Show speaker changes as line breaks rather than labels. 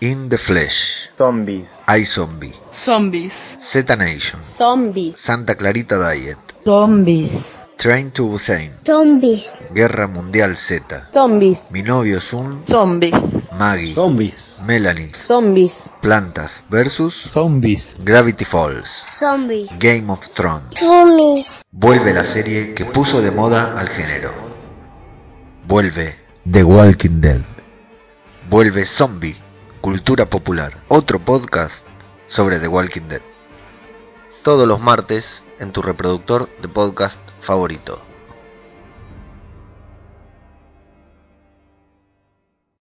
In the Flesh,
Zombies.
I Zombie,
Zombies.
Zeta Nation,
Zombies.
Santa Clarita Diet,
Zombies.
Train to Busan,
Zombies.
Guerra Mundial Z,
Zombies.
Mi novio es un
Zombies.
Maggie,
Zombies.
Melanie,
Zombies.
Plantas versus
Zombies.
Gravity Falls,
Zombies.
Game of Thrones.
Zombies.
Vuelve la serie que puso de moda al género. Vuelve The Walking Dead. Vuelve Zombie, Cultura Popular, otro podcast sobre The Walking Dead. Todos los martes en tu reproductor de podcast favorito.